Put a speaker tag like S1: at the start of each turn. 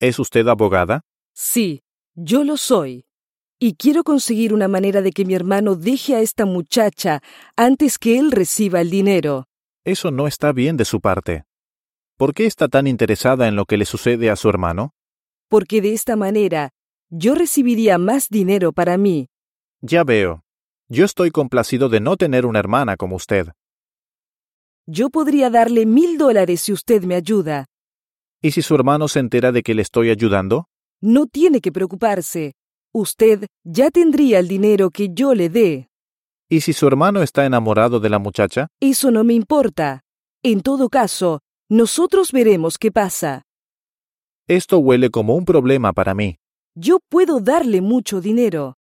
S1: ¿Es usted abogada?
S2: Sí, yo lo soy. Y quiero conseguir una manera de que mi hermano deje a esta muchacha antes que él reciba el dinero.
S1: Eso no está bien de su parte. ¿Por qué está tan interesada en lo que le sucede a su hermano?
S2: Porque de esta manera yo recibiría más dinero para mí.
S1: Ya veo. Yo estoy complacido de no tener una hermana como usted.
S2: Yo podría darle mil dólares si usted me ayuda.
S1: ¿Y si su hermano se entera de que le estoy ayudando?
S2: No tiene que preocuparse. Usted ya tendría el dinero que yo le dé.
S1: ¿Y si su hermano está enamorado de la muchacha?
S2: Eso no me importa. En todo caso, nosotros veremos qué pasa.
S1: Esto huele como un problema para mí.
S2: Yo puedo darle mucho dinero.